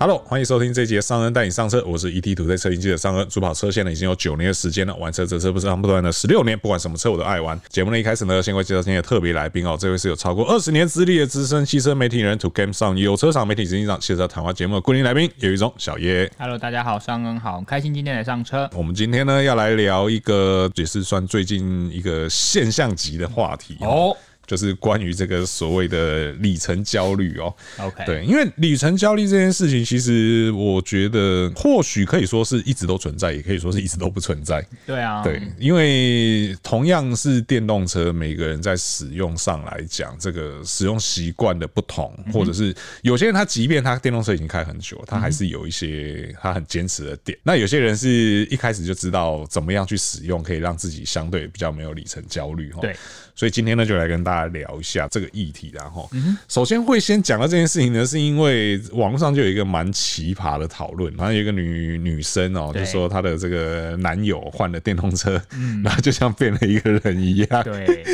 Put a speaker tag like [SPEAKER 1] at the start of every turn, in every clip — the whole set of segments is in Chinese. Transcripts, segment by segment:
[SPEAKER 1] Hello，欢迎收听这一节商恩带你上车，我是 E ET 土 o 车型记者商恩。主跑车现在已经有九年的时间了，玩车这车不是长不短的十六年，不管什么车我都爱玩。节目的一开始呢，先会介绍今天的特别来宾哦，这位是有超过二十年资历的资深汽车媒体人，To Game 上有车厂媒体执行长，介绍谈话节目的固定来宾，有一种小叶。
[SPEAKER 2] Hello，大家好，商恩好，很开心今天来上车。
[SPEAKER 1] 我们今天呢要来聊一个也是算最近一个现象级的话题哦，
[SPEAKER 2] 哦、
[SPEAKER 1] 就是关于这个所谓的里程焦虑哦。
[SPEAKER 2] o k
[SPEAKER 1] 对，因为里程焦虑这件事情，其实我觉得或许可以说是一直都存在，也可以说是一直都不存在。
[SPEAKER 2] 对啊，
[SPEAKER 1] 对，因为同样是电动车，每个人在使用上来讲，这个使用习惯的不同，或者是有些人他即便他电动车已经开很久，他还是有一些他很坚持的点。那有些人是一开始就知道怎么样去使用，可以让自己相对比较没有里程焦虑哈。
[SPEAKER 2] 对，
[SPEAKER 1] 所以今天呢，就来跟大家聊一下这个议题啦，然后
[SPEAKER 2] 嗯
[SPEAKER 1] 首先会先讲到这件事情呢，是因为网络上就有一个蛮奇葩的讨论，然后有一个女女生哦、
[SPEAKER 2] 对
[SPEAKER 1] 就说她的这个男友换了电动车，然后就像变了一个人一样。
[SPEAKER 2] 嗯对，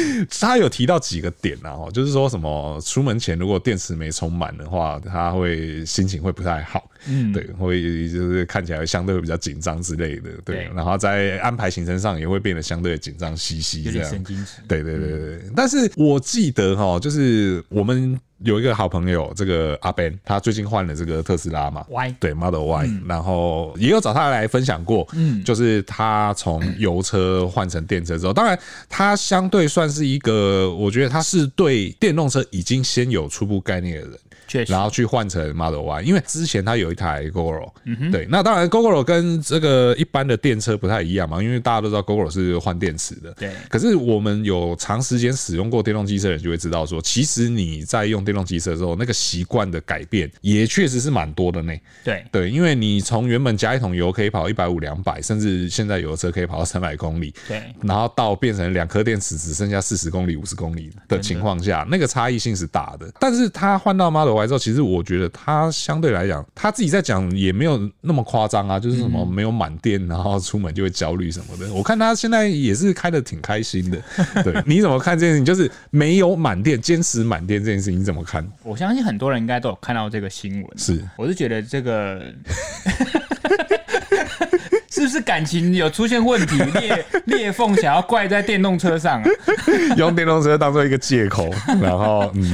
[SPEAKER 1] 她有提到几个点啊，哦，就是说什么出门前如果电池没充满的话，她会心情会不太好，嗯，对，会就是看起来相对会比较紧张之类的，对，
[SPEAKER 2] 对
[SPEAKER 1] 然后在安排行程上也会变得相对紧张兮兮，
[SPEAKER 2] 有
[SPEAKER 1] 这
[SPEAKER 2] 点
[SPEAKER 1] 样
[SPEAKER 2] 神。经质。
[SPEAKER 1] 对对对对对，但是我记得哈，就是我们有一个好朋友，这个阿 Ben，他最近换了这个特斯拉嘛
[SPEAKER 2] Y
[SPEAKER 1] 对 Model Y，、然后也有找他来分享过，嗯，就是他从油车换成电车之后，当然他相对算是一个，我觉得他是对电动车已经先有初步概念的人，
[SPEAKER 2] 确实
[SPEAKER 1] 然，后去换成 Model Y，因为之前他有一台 GoGo，、对，那当然 GoGo 跟这个一般的电车不太一样嘛，因为大家都知道 GoGo 是换电池的，
[SPEAKER 2] 对
[SPEAKER 1] 可是我们有长时间使用过电动机车的人就会知道说，其实你在用电动机车的时候，那个习惯的改变也确实是蛮多的呢。
[SPEAKER 2] 对，
[SPEAKER 1] 对，因为你从原本加一桶油可以跑一百五、两百，甚至现在有的车可以跑到三百公里，
[SPEAKER 2] 对，
[SPEAKER 1] 然后到变成两颗电池只剩下四十公里、五十公里的情况下，那个差异性是大的。但是他换到 Model Y 之后，其实我觉得他相对来讲，他自己在讲也没有那么夸张啊，就是什么没有满电，然后出门就会焦虑什么的。我看他现在也是开的挺开心 的。对，你怎么看这件事情？就是没有满电，坚持满电这件事情，你怎么看？
[SPEAKER 2] 我相信很多人应该都有看到这个新闻。
[SPEAKER 1] 是
[SPEAKER 2] 我是觉得这个 是不是感情有出现问题，裂裂缝想要怪在电动车上、啊？
[SPEAKER 1] 用电动车当做一个借口，然后嗯，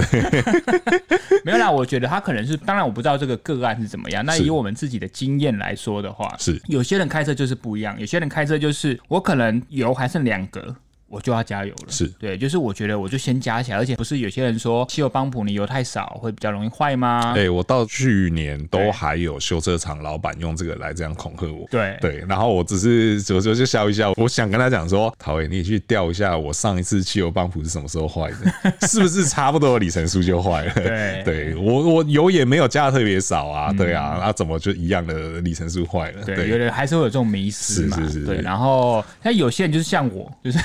[SPEAKER 2] 没有啦，我觉得他可能是，当然我不知道这个个案是怎么样。那
[SPEAKER 1] 是
[SPEAKER 2] 以我们自己的经验来说的话，
[SPEAKER 1] 是
[SPEAKER 2] 有些人开车就是不一样，有些人开车就是我可能油还剩两格。我就要加油了，
[SPEAKER 1] 是
[SPEAKER 2] 对，就是我觉得我就先加起来，而且不是有些人说汽油帮浦你油太少会比较容易坏吗？
[SPEAKER 1] 哎、我到去年都
[SPEAKER 2] 啊对
[SPEAKER 1] 还有修车厂老板用这个来这样恐吓我。
[SPEAKER 2] 对
[SPEAKER 1] 对，然后我只是有时候就笑一笑，我想跟他讲说，陶伟，你去调一下我上一次汽油泵浦是什么时候坏的，是不是差不多的里程数就坏了？
[SPEAKER 2] 对嗯
[SPEAKER 1] 我我油也没有加的特别少啊，对啊，那、怎么就一样的里程数坏了？
[SPEAKER 2] 对，有的人还是会有这种迷失嘛，
[SPEAKER 1] 是是是
[SPEAKER 2] 对。然后像有些人就是像我，就是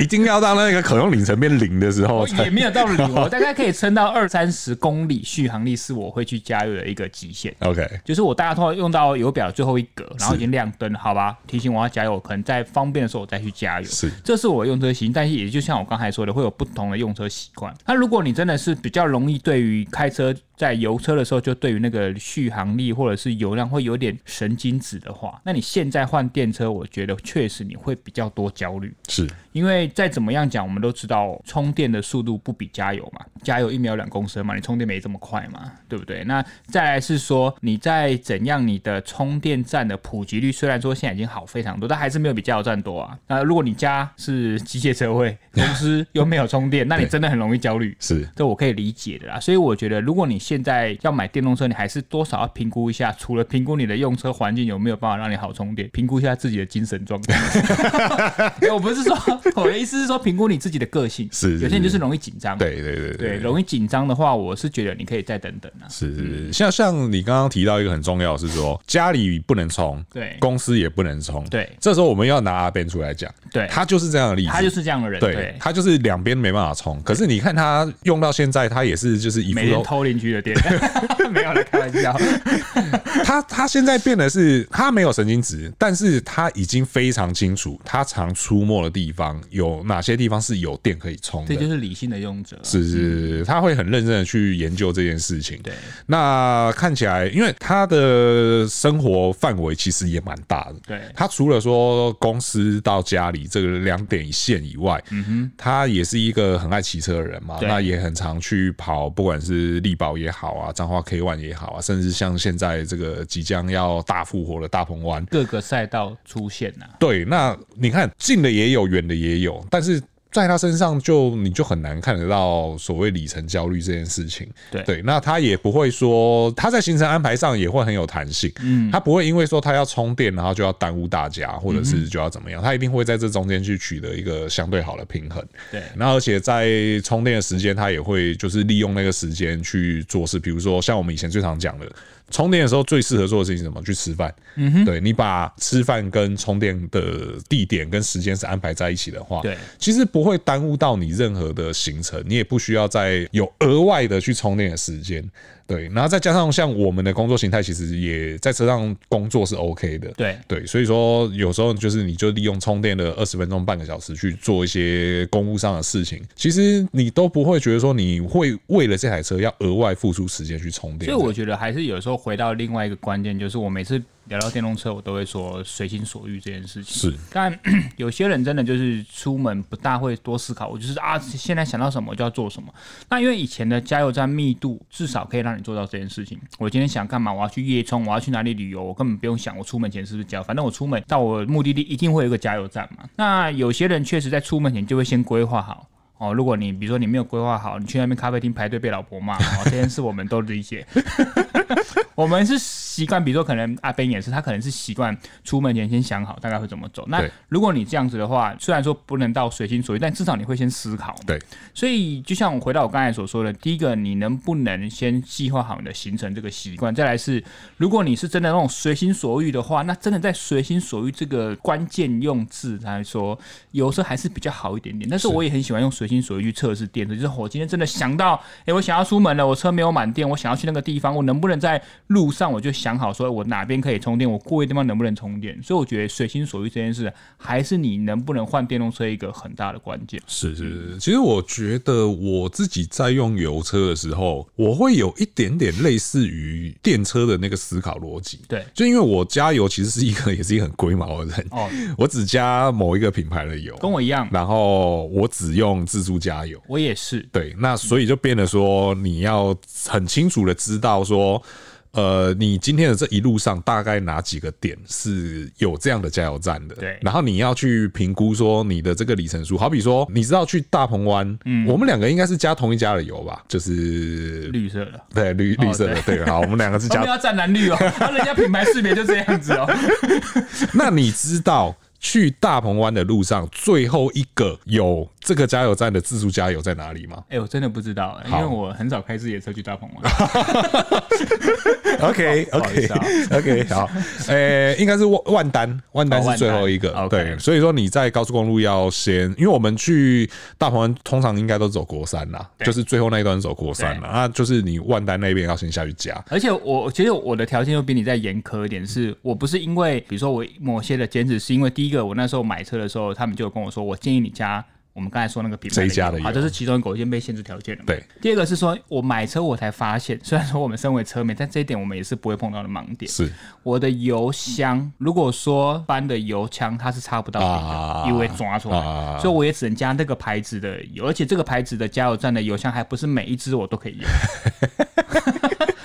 [SPEAKER 1] 一定要到那个可用里程变零的时候
[SPEAKER 2] 我
[SPEAKER 1] 才
[SPEAKER 2] 也没有到理由，我大概可以撑到二三十公里，续航力是我会去加油的一个极限。
[SPEAKER 1] OK。
[SPEAKER 2] 就是我大概通常用到油表最后一格，然后已经亮灯，好吧，提醒我要加油，可能在方便的时候我再去加油。
[SPEAKER 1] 是
[SPEAKER 2] 这是我用车习惯，但是也就像我刚才说的，会有不同的用车习惯。那如果你真的是比较容易对于开车在油车的时候，就对于那个续航力或者是油量会有点神经质的话，那你现在换电车，我觉得确实你会比较多焦虑。
[SPEAKER 1] 是
[SPEAKER 2] 因为再怎么样讲，我们都知道充电的速度不比加油嘛，加油一秒两公升嘛，你充电没这么快嘛，对不对？那再来是说你在怎样你的充电站的普及率，虽然说现在已经好非常多，但还是没有比加油站多啊。那如果你家是机械车位，公司又没有充电，那你真的很容易焦虑。
[SPEAKER 1] 是
[SPEAKER 2] 这我可以理解的啦，所以我觉得，如果你现在要买电动车，你还是多少要评估一下，除了评估你的用车环境有没有办法让你好充电，评估一下自己的精神 状态。没有我不是说，我的意思是说，评估你自己的个性。
[SPEAKER 1] 是
[SPEAKER 2] 有些人就是容易紧张。
[SPEAKER 1] 对对对
[SPEAKER 2] 对，容易紧张的话，我是觉得你可以再等等啊。
[SPEAKER 1] 是是是，像像你刚刚提到一个很重要的是说，家里不能充，
[SPEAKER 2] 对
[SPEAKER 1] 公司也不能充，
[SPEAKER 2] 对
[SPEAKER 1] 这时候我们要拿阿 Ben 出来讲，
[SPEAKER 2] 对
[SPEAKER 1] 它就是这样的例子，
[SPEAKER 2] 他就是这样的人，
[SPEAKER 1] 对
[SPEAKER 2] 对，，
[SPEAKER 1] 它就是两边没办法冲。可是你看它用到现在，它也是就是一副
[SPEAKER 2] 每天
[SPEAKER 1] 都
[SPEAKER 2] 偷邻居 的电，没有了，开玩笑。
[SPEAKER 1] 他他现在变得是，他没有神经质，但是他已经非常清楚，他常出没的地方有哪些地方是有电可以充的
[SPEAKER 2] 这。就是理性的用者，
[SPEAKER 1] 是是是，他会很认真的去研究这件事情。
[SPEAKER 2] 嗯对，
[SPEAKER 1] 那看起来，因为他的生活范围其实也蛮大的。
[SPEAKER 2] 对
[SPEAKER 1] 他除了说公司到家里这个两点一线以外，嗯哼，他也是一个很爱骑车的人嘛，
[SPEAKER 2] 对
[SPEAKER 1] 那也很常去跑，不管是力宝也好啊，彰化 K One 也好啊，甚至像现在这个即将要大复活的大鹏湾，
[SPEAKER 2] 各个赛道出现啊呐、
[SPEAKER 1] 对，那你看近的也有，远的也有，但是在他身上就你就很难看得到所谓里程焦虑这件事情。
[SPEAKER 2] 对
[SPEAKER 1] 那他也不会说他在行程安排上也会很有弹性，嗯，他不会因为说他要充电，然后就要耽误大家，或者是就要怎么样，他一定会在这中间去取得一个相对好的平衡。
[SPEAKER 2] 对
[SPEAKER 1] 那而且在充电的时间，他也会就是利用那个时间去做事，比如说像我们以前最常讲的，充电的时候最适合做的事情是什么？去吃饭。嗯哼，对你把吃饭跟充电的地点跟时间是安排在一起的话，
[SPEAKER 2] 对，
[SPEAKER 1] 其实不会耽误到你任何的行程，你也不需要再有额外的去充电的时间。对，然后再加上像我们的工作形态，其实也在车上工作是 OK 的。
[SPEAKER 2] 对
[SPEAKER 1] 对，所以说有时候就是你就利用充电的二十分钟、半个小时去做一些公务上的事情，其实你都不会觉得说你会为了这台车要额外付出时间去充电。
[SPEAKER 2] 所以我觉得还是有时候回到另外一个关键，就是我每次聊到电动车，我都会说随心所欲这件事情。
[SPEAKER 1] 是
[SPEAKER 2] 但有些人真的就是出门不大会多思考，我就是啊，现在想到什么就要做什么。那因为以前的加油站密度至少可以让你做到这件事情。我今天想干嘛？我要去夜冲，我要去哪里旅游？我根本不用想我出门前是不是加油，反正我出门到我目的地一定会有一个加油站嘛。那有些人确实在出门前就会先规划好。哦，如果你比如说你没有规划好，你去那边咖啡厅排队被老婆骂，哦，这件事我们都理解。我们是习惯，比如说可能阿 Ben 也是，他可能是习惯出门前先想好大概会怎么走。那
[SPEAKER 1] 对
[SPEAKER 2] 如果你这样子的话，虽然说不能到随心所欲，但至少你会先思考。
[SPEAKER 1] 对，
[SPEAKER 2] 所以就像我回到我刚才所说的，第一个，你能不能先计划好你的行程这个习惯？再来是，如果你是真的那种随心所欲的话，那真的在随心所欲这个关键用字来说，有时候还是比较好一点点。但是我也很喜欢用随心所欲去测试电车，就是哦我今天真的想到，诶、我想要出门了，我车没有满电，我想要去那个地方，我能不能在路上我就想好，说我哪边可以充电，我过一地方能不能充电？所以我觉得随心所欲这件事，还是你能不能换电动车一个很大的关键。
[SPEAKER 1] 是是是，其实我觉得我自己在用油车的时候，我会有一点点类似于电车的那个思考逻辑。
[SPEAKER 2] 对
[SPEAKER 1] 就因为我加油其实是一个 也是一个很龟毛的人，
[SPEAKER 2] 哦，
[SPEAKER 1] 我只加某一个品牌的油，
[SPEAKER 2] 跟我一 样，
[SPEAKER 1] 然后我只用自助加油。
[SPEAKER 2] 我也是。
[SPEAKER 1] 对，那所以就变得说，你要很清楚的知道说，呃，你今天的这一路上大概哪几个点是有这样的加油站的，
[SPEAKER 2] 对
[SPEAKER 1] 然后你要去评估说你的这个里程数，好比说，你知道去大鹏湾，嗯，我们两个应该是加同一家的油吧，就是
[SPEAKER 2] 绿色的。
[SPEAKER 1] 对绿绿色的，对，好，我们两个是
[SPEAKER 2] 他
[SPEAKER 1] 加
[SPEAKER 2] 们要站蓝绿哦，他人家品牌识别就这样子哦。
[SPEAKER 1] 那你知道去大鹏湾的路上最后一个有这个加油站的自助加油在哪里吗
[SPEAKER 2] 哎、我真的不知道、因
[SPEAKER 1] 好
[SPEAKER 2] 为我很少开自己的车去大鹏湾。
[SPEAKER 1] ？OK
[SPEAKER 2] 不好意
[SPEAKER 1] OK
[SPEAKER 2] 思啊
[SPEAKER 1] OK 好，呃，应该是万万丹，万丹
[SPEAKER 2] 哦
[SPEAKER 1] 是
[SPEAKER 2] 万丹
[SPEAKER 1] 最后一个。
[SPEAKER 2] OK
[SPEAKER 1] 对，所以说你在高速公路要先，因为我们去大鹏湾通常应该都走国三啦，
[SPEAKER 2] 对
[SPEAKER 1] 就是最后那一段走国三啦，那就是你万丹那边要先下去加。
[SPEAKER 2] 而且我其实我的条件又比你再严苛一点，是我不是因为比如说我某些的减脂，是因为第一个我那时候买车的时候，他们就有跟我说，我建议你加我们刚才说那个品牌
[SPEAKER 1] 谁家的
[SPEAKER 2] 油
[SPEAKER 1] 油
[SPEAKER 2] 好，这是其中一个我已经被限制条件了嘛。
[SPEAKER 1] 对，
[SPEAKER 2] 第二个是说我买车我才发现，虽然说我们身为车迷，但这一点我们也是不会碰到的盲点。
[SPEAKER 1] 是
[SPEAKER 2] 我的油箱，
[SPEAKER 1] 嗯
[SPEAKER 2] 如果说搬的油枪它是插不到底的，
[SPEAKER 1] 啊
[SPEAKER 2] 因为抓出来，
[SPEAKER 1] 啊
[SPEAKER 2] 所以我也只能加那个牌子的油，而且这个牌子的加油站的油箱还不是每一支我都 可以用，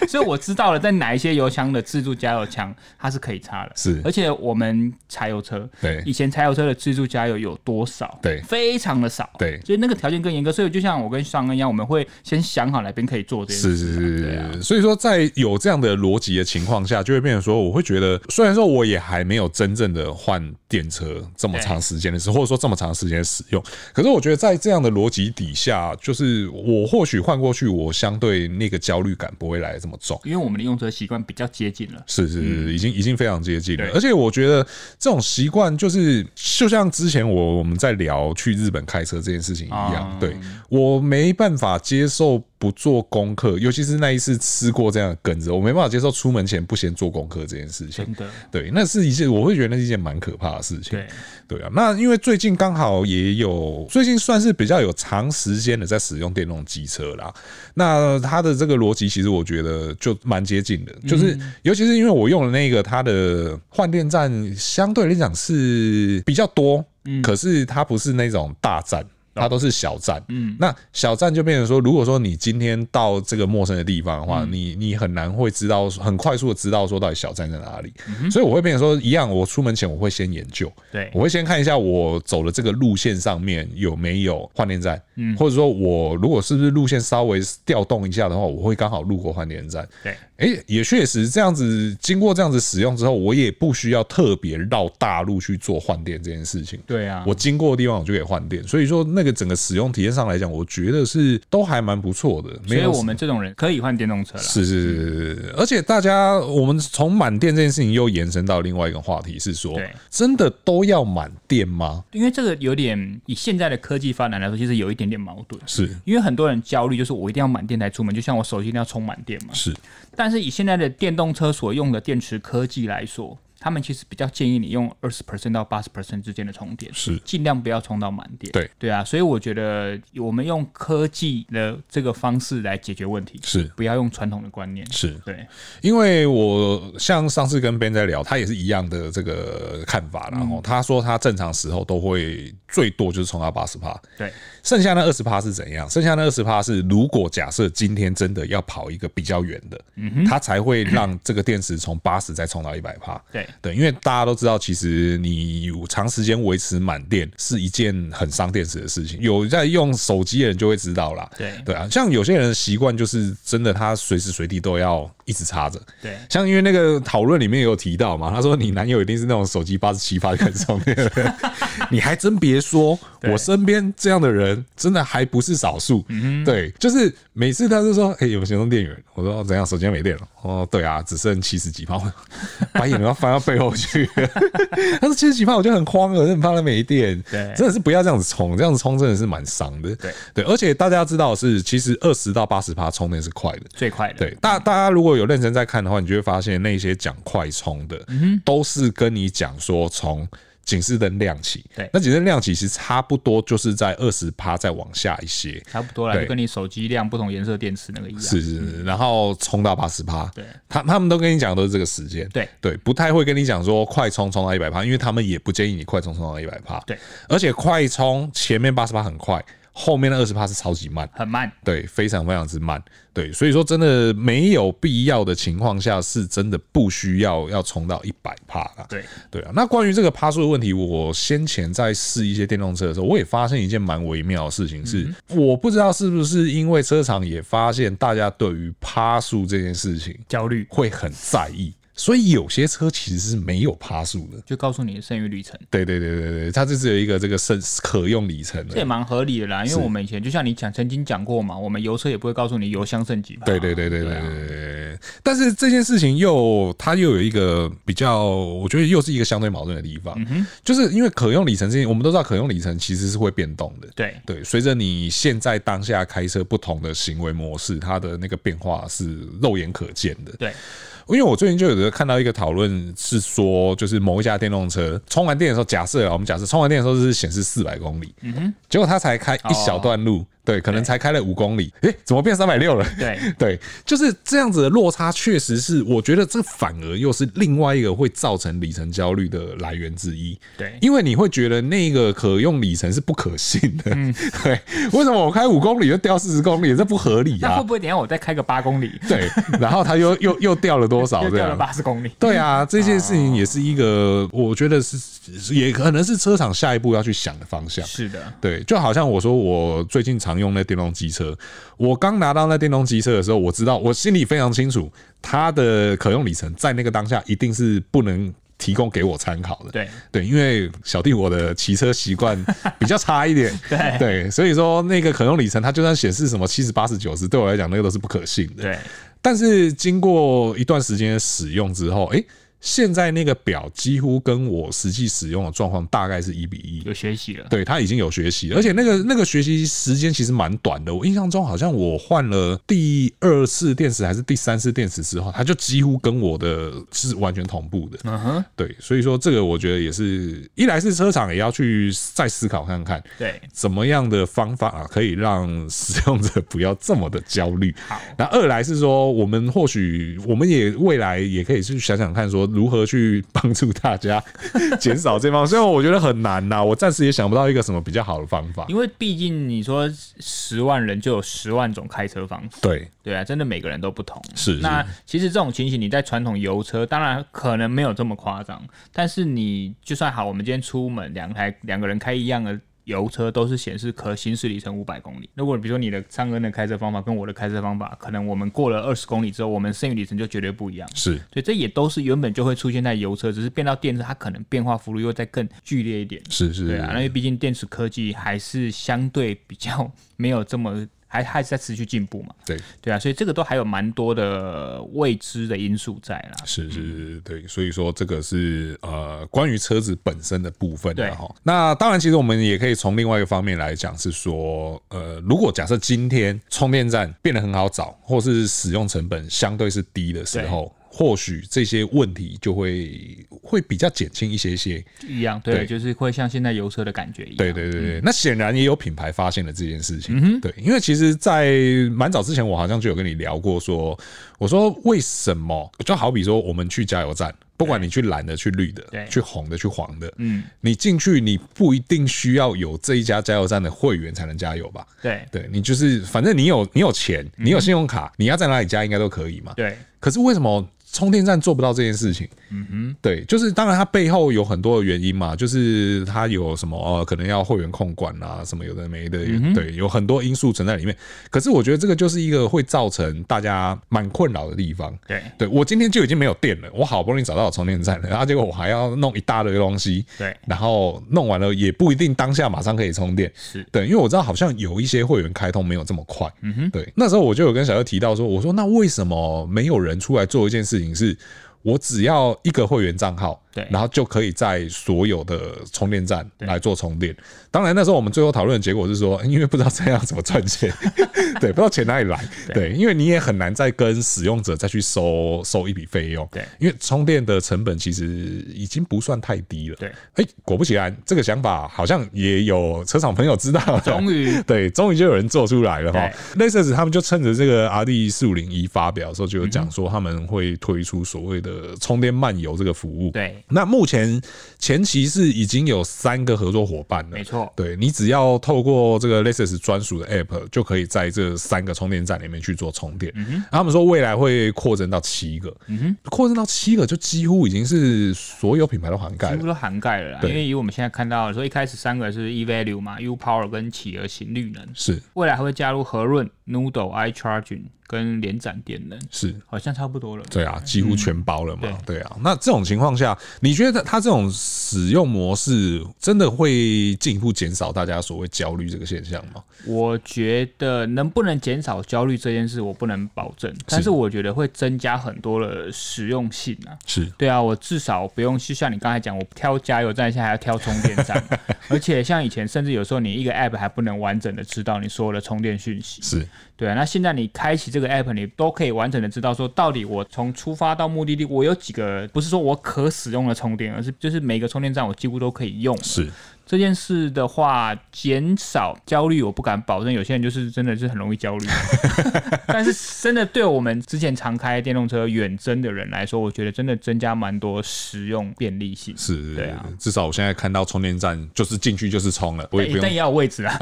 [SPEAKER 2] 所以我知道了在哪一些油箱的自助加油枪它是可以插的，
[SPEAKER 1] 是
[SPEAKER 2] 而且我们柴油车，
[SPEAKER 1] 对
[SPEAKER 2] 以前柴油车的自助加油有多少？
[SPEAKER 1] 对
[SPEAKER 2] 非常的少，
[SPEAKER 1] 对
[SPEAKER 2] 所以那个条件更严格，所以就像我跟上恩一样，我们会先想好哪边可以做这啊件事。
[SPEAKER 1] 是是是是，所以说在有这样的逻辑的情况下，就会变成说，我会觉得，虽然说我也还没有真正的换电车这么长时间的时候，或者说这么长时间的使用，可是我觉得在这样的逻辑底下，就是我或许换过去，我相对那个焦虑感不会来得这么么重。
[SPEAKER 2] 因为我们的用车习惯比较接近了。
[SPEAKER 1] 是是是，已经已经非常接近了
[SPEAKER 2] 嗯对。
[SPEAKER 1] 而且我觉得这种习惯就是，就像之前我我们在聊去日本开车这件事情一样
[SPEAKER 2] 啊，
[SPEAKER 1] 对我没办法接受不做功课，尤其是那一次吃过这样的梗子，我没办法接受出门前不先做功课这件事情
[SPEAKER 2] 真。的，
[SPEAKER 1] 对，那是一件我会觉得那是一件蛮可怕的事情。
[SPEAKER 2] 对，
[SPEAKER 1] 对啊，那因为最近刚好也有，最近算是比较有长时间的在使用电动机车啦。那它的这个逻辑，其实我觉得就蛮接近的，就是、尤其是因为我用的那个，它的换电站相对来讲是比较多，可是它不是那种大站。它都是小站，嗯，那小站就变成说，如果说你今天到这个陌生的地方的话，你你很难会知道，很快速的知道说到底小站在哪里，所以我会变成说，一样，我出门前我会先研究，
[SPEAKER 2] 对，
[SPEAKER 1] 我会先看一下我走的这个路线上面有没有换电站，嗯，或者说我如果是不是路线稍微调动一下的话，我会刚好路过换电站。
[SPEAKER 2] 对，
[SPEAKER 1] 诶、也确实这样子，经过这样子使用之后，我也不需要特别绕大路去做换电这件事情。
[SPEAKER 2] 对啊，
[SPEAKER 1] 我经过的地方我就可以换电，所以说那个整个使用体验上来讲，我觉得是都还蛮不错的。
[SPEAKER 2] 所
[SPEAKER 1] 没
[SPEAKER 2] 以
[SPEAKER 1] 有
[SPEAKER 2] 我们这嗯种人可以换电动车了。
[SPEAKER 1] 是是是是是，而且大家，我们从满电这件事情又延伸到另外一个话题，是说
[SPEAKER 2] 对，
[SPEAKER 1] 真的都要满电吗？
[SPEAKER 2] 因为这个有点以现在的科技发展来说，其实有一点点矛盾。
[SPEAKER 1] 是
[SPEAKER 2] 因为很多人焦虑，就是我一定要满电才出门，就像我手机一定要充满电嘛。
[SPEAKER 1] 是，
[SPEAKER 2] 但是以现在的电动车所用的电池科技来说，他们其实比较建议你用二十 percent 到八十 percent 之间的充电，
[SPEAKER 1] 是
[SPEAKER 2] 尽量不要充到满电。
[SPEAKER 1] 对
[SPEAKER 2] 对啊，所以我觉得我们用科技的这个方式来解决问题，
[SPEAKER 1] 是
[SPEAKER 2] 不要用传统的观念。
[SPEAKER 1] 是，
[SPEAKER 2] 对，
[SPEAKER 1] 因为我像上次跟 Ben 在聊，他也是一样的这个看法啦，然后、他说他正常时候都会最多就是冲到八十趴，
[SPEAKER 2] 对，
[SPEAKER 1] 剩下那二十趴是怎样？剩下那二十趴是如果假设今天真的要跑一个比较远的，他才会让这个电池从八十再充到一百趴，
[SPEAKER 2] 对，
[SPEAKER 1] 对，因为大家都知道，其实你有长时间维持满电是一件很伤电池的事情。有在用手机的人就会知道啦。
[SPEAKER 2] 对
[SPEAKER 1] 对啊，像有些人的习惯就是真的，他随时随地都要一直插着。
[SPEAKER 2] 对
[SPEAKER 1] 像因为那个讨论里面有提到嘛，他说你男友一定是那种手机八十七发开始 充电的人，你还真别说，
[SPEAKER 2] 对
[SPEAKER 1] 我身边这样的人真的还不是少数。
[SPEAKER 2] 嗯
[SPEAKER 1] 对，就是每次他就说，哎、有行动电源，我说、哦怎样，手机没电了？哦，对啊，只剩七十几趴，把眼要翻到背后去。 他说七十几趴，我就很慌了，很怕它没电。
[SPEAKER 2] 对
[SPEAKER 1] 真的是不要这样子冲，这样子冲真的是蛮伤的。
[SPEAKER 2] 对
[SPEAKER 1] 对，而且大家知道的是，其实二十到八十趴充电是快的。
[SPEAKER 2] 最快的。
[SPEAKER 1] 对，大大家如果有认真在看的话，你就会发现那些讲快充的，
[SPEAKER 2] 嗯
[SPEAKER 1] 都是跟你讲说从警示灯亮起，
[SPEAKER 2] 对
[SPEAKER 1] 那警示灯亮起其实差不多就是在二十趴再往下一些，
[SPEAKER 2] 差不多啦，
[SPEAKER 1] 对
[SPEAKER 2] 就跟你手机亮不同颜色的电池那个一样。
[SPEAKER 1] 是是是，然后冲到八十趴，
[SPEAKER 2] 啊嗯对
[SPEAKER 1] 他他们都跟你讲都是这个时间，
[SPEAKER 2] 对
[SPEAKER 1] 对，不太会跟你讲说快充充到一百趴，因为他们也不建议你快充充到一百趴，
[SPEAKER 2] 对，
[SPEAKER 1] 而且快充前面八十趴很快，后面的二十趴是超级慢。
[SPEAKER 2] 很慢。
[SPEAKER 1] 对，非常非常之慢。对，所以说真的没有必要的情况下，是真的不需要要冲到一百帕啦。
[SPEAKER 2] 对，
[SPEAKER 1] 对啊，那关于这个趴数的问题，我先前在试一些电动车的时候，我也发现一件蛮微妙的事情是，我不知道是不是因为车厂也发现大家对于趴数这件事情
[SPEAKER 2] 焦虑
[SPEAKER 1] 会很在意，所以有些车其实是没有趴数的。
[SPEAKER 2] 就告诉你的剩余里程。
[SPEAKER 1] 对对对对对，它就只有一个这个剩可用里程
[SPEAKER 2] 这也
[SPEAKER 1] 的。
[SPEAKER 2] 蛮合理的啦，因为我们以前就像你讲，曾经讲过嘛，我们油车也不会告诉你油箱剩几排。
[SPEAKER 1] 对对对对对对
[SPEAKER 2] 啊
[SPEAKER 1] 对对。但是这件事情又它又有一个比较，我觉得又是一个相对矛盾的地方，就是因为可用里程这件，我们都知道可用里程其实是会变动的。
[SPEAKER 2] 对
[SPEAKER 1] 对，随着你现在当下开车不同的行为模式，它的那个变化是肉眼可见的。
[SPEAKER 2] 对
[SPEAKER 1] 因为我最近就有的看到一个讨论是说，就是某一家电动车充完电的时候，假设啊，我们假设充完电的时候是显示四百公里，嗯哼，结果它才开一小段路，对，可能才开了五公里，诶，怎么变三百六了？
[SPEAKER 2] 对
[SPEAKER 1] 对，就是这样子的落差，确实是我觉得这反而又是另外一个会造成里程焦虑的来源之一。
[SPEAKER 2] 对
[SPEAKER 1] 因为你会觉得那个可用里程是不可信的，
[SPEAKER 2] 嗯
[SPEAKER 1] 对，为什么我开五公里就掉四十公里，这不合理
[SPEAKER 2] 那会
[SPEAKER 1] 啊
[SPEAKER 2] 不？会等一下我再开个八公里，
[SPEAKER 1] 对，然后它又又又掉了多少
[SPEAKER 2] 就
[SPEAKER 1] 这
[SPEAKER 2] 掉了哦
[SPEAKER 1] 样？
[SPEAKER 2] 八十公里？
[SPEAKER 1] 哦对啊，这件事情也是一个，我觉得是也可能是车厂下一步要去想的方向。
[SPEAKER 2] 是的，
[SPEAKER 1] 对，啊就好像我说我最近常用那电动机车，我刚拿到那电动机车的时候，我知道我心里非常清楚，它的可用里程在那个当下一定是不能提供给我参考的。
[SPEAKER 2] 对
[SPEAKER 1] 对，因为小弟我的骑车习 惯比较差一点，
[SPEAKER 2] 对
[SPEAKER 1] 对，所以说那个可用里程它就算显示什么七十八十九十，对我来讲那个都是不可信的。
[SPEAKER 2] 对
[SPEAKER 1] 但是经过一段时间的使用之后，诶，现在那个表几乎跟我实际使用的状况大概是一比一。
[SPEAKER 2] 有学习了。
[SPEAKER 1] 对它已经有学习，而且那个那个学习时间其实蛮短的。我印象中好像我换了第二次电池还是第三次电池之后，它就几乎跟我的是完全同步的。
[SPEAKER 2] 嗯哼，
[SPEAKER 1] 对，所以说这个我觉得也是一来是车厂也要去再思考看看，
[SPEAKER 2] 对，
[SPEAKER 1] 怎么样的方法、啊、可以让使用者不要这么的焦虑？
[SPEAKER 2] 好
[SPEAKER 1] 那二来是说，我们或许我们也未来也可以去想想看，说如何去帮助大家 减少这方面。虽然我觉得很难呐，我暂时也想不到一个什么比较好的方法。
[SPEAKER 2] 因为毕竟你说十万人就有十万种开车方式，
[SPEAKER 1] 对，
[SPEAKER 2] 对啊，真的每个人都不同。
[SPEAKER 1] 是是
[SPEAKER 2] 那其实这种情形，你在传统油车当然可能没有这么夸张，但是你就算好，我们今天出门两台两个人开一样的。油车都是显示可行驶里程五百公里。如果比如说你的上恩的开车方法跟我的开车方法，可能我们过了二十公里之后，我们剩余里程就绝对不一样。
[SPEAKER 1] 是
[SPEAKER 2] 对，这也都是原本就会出现在油车，只是变到电车，它可能变化幅度又再更剧烈一点。
[SPEAKER 1] 是是，
[SPEAKER 2] 对啊，那因为毕竟电池科技还是相对比较 没有这么，还还是在持续进步嘛。
[SPEAKER 1] 对。
[SPEAKER 2] 对啊，所以这个都还有蛮多的未知的因素在啦。
[SPEAKER 1] 是是是，对，所以说这个是呃关于车子本身的部分
[SPEAKER 2] 对
[SPEAKER 1] 然后那当然，其实我们也可以从另外一个方面来讲，是说呃，如果假设今天充电站变得很好找，或是使用成本相对是低的时候。或许这些问题就会会比较减轻一些些，
[SPEAKER 2] 一样，对，
[SPEAKER 1] 对
[SPEAKER 2] 就是会像现在油车的感觉一样。嗯
[SPEAKER 1] 对对对对，那显然也有品牌发现了这件事情。对，因为其实，在蛮早之前，我好像就有跟你聊过说，我说为什么？就好比说，我们去加油站，不管你去蓝的、去绿的
[SPEAKER 2] 对、
[SPEAKER 1] 去红的、去黄的，
[SPEAKER 2] 嗯，
[SPEAKER 1] 你进去，你不一定需要有这一家加油站的会员才能加油吧？
[SPEAKER 2] 对
[SPEAKER 1] 对你就是，反正你有你有钱，你
[SPEAKER 2] 嗯
[SPEAKER 1] 有信用卡，你要在哪里加应该都可以嘛。
[SPEAKER 2] 对
[SPEAKER 1] 可是为什么充电站做不到这件事情？嗯哼，对，就是当然它背后有很多的原因嘛，就是它有什么呃，可能要会员控管啊，什么有的没的，对，有很多因素存在里面。可是我觉得这个就是一个会造成大家蛮困扰的地方。
[SPEAKER 2] 对
[SPEAKER 1] 对我今天就已经没有电了，我好不容易找到充电站了，然后啊结果我还要弄一大堆东西，
[SPEAKER 2] 对，
[SPEAKER 1] 然后弄完了也不一定当下马上可以充电。
[SPEAKER 2] 是
[SPEAKER 1] 对，因为我知道好像有一些会员开通没有这么快。嗯哼，对，那时候我就有跟小优提到说，我说那为什么没有人出来做一件事情是？我只要一个会员账号，
[SPEAKER 2] 对
[SPEAKER 1] 然后就可以在所有的充电站
[SPEAKER 2] 对
[SPEAKER 1] 来做充电。当然，那时候我们最后讨论的结果是说，因为不知道这样怎么赚钱， 对，不知道钱哪里来，对，因为你也很难再跟使用者再去收收一笔费用，
[SPEAKER 2] 对
[SPEAKER 1] 因为充电的成本其实已经不算太低了，
[SPEAKER 2] 对，
[SPEAKER 1] 哎、果不其然，这个想法好像也有车厂朋友知道了，
[SPEAKER 2] 终于
[SPEAKER 1] 对，终于就有人做出来了哈
[SPEAKER 2] 对。
[SPEAKER 1] 类似他们就趁着这个 R D 四五零一发表的时候，就有讲说他们会推出所谓的充电漫游这个服务。
[SPEAKER 2] 对，
[SPEAKER 1] 那目前前期是已经有三个合作伙伴了
[SPEAKER 2] 没。错，
[SPEAKER 1] 对你只要透过这个 Lexus 专属的 App，就可以在这三个充电站里面去做充电。嗯、他们说未来会扩增到七个，嗯、扩增到七个就几乎已经是所有品牌都涵盖
[SPEAKER 2] 几
[SPEAKER 1] 了
[SPEAKER 2] 乎。都涵盖了啦。因
[SPEAKER 1] 对
[SPEAKER 2] 为以我们现在看到的说，一开始三个是 eValue 嘛，U Power 跟企鹅型绿能，
[SPEAKER 1] 是
[SPEAKER 2] 未来还会加入和润、Noodle、iCharging 跟联展电能，
[SPEAKER 1] 是，
[SPEAKER 2] 好像差不多了。
[SPEAKER 1] 对啊，几乎全包了嘛。对啊，那这种情况下，你觉得它这种使用模式真的会进一步减少大家所谓焦虑这个现象吗？
[SPEAKER 2] 我觉得能不能减少焦虑这件事，我不能保证，但是我觉得会增加很多的实用性啊。
[SPEAKER 1] 是
[SPEAKER 2] 对啊，我至少不用去像你刚才讲，我挑加油站，现在还要挑充电 站，而且像以前，甚至有时候你一个 app 还不能完整的知道你所有的充电讯息。
[SPEAKER 1] 是，
[SPEAKER 2] 对啊，那现在你开启这个 app，你都可以完整的知道说，到底我从出发到目的地，我有几个不是说我可使用的充电，而是就是每个充电站我几乎都可以用了。
[SPEAKER 1] 是
[SPEAKER 2] 这件事的话，减少焦虑，我不敢保证。有些人就是真的是很容易 焦虑，但是真的对我们之前常开电动车远征的人来说，我觉得真的增加蛮多实用便利性。
[SPEAKER 1] 是，
[SPEAKER 2] 对啊，
[SPEAKER 1] 至少我现在看到充电站就是进去就是充了，我哎也
[SPEAKER 2] 但
[SPEAKER 1] 不
[SPEAKER 2] 但 也
[SPEAKER 1] 用。啊
[SPEAKER 2] 要有位置啊，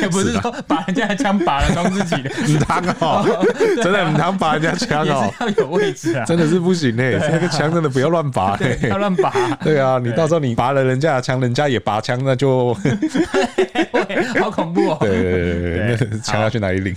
[SPEAKER 2] 也不是说把人家的枪拔了装自己的，
[SPEAKER 1] 很烫哦， 真的很烫，把人家
[SPEAKER 2] 也
[SPEAKER 1] 枪
[SPEAKER 2] 是
[SPEAKER 1] 哦，
[SPEAKER 2] 要有位置啊，
[SPEAKER 1] 真的是不行 哎，那个枪真的不要乱拔
[SPEAKER 2] 对，
[SPEAKER 1] 哎
[SPEAKER 2] 要。乱拔，
[SPEAKER 1] 对啊，你到时候你拔了人家的枪，人家也拔枪，那就
[SPEAKER 2] 对，好恐怖哦。
[SPEAKER 1] 对对对对，那枪要去哪里领？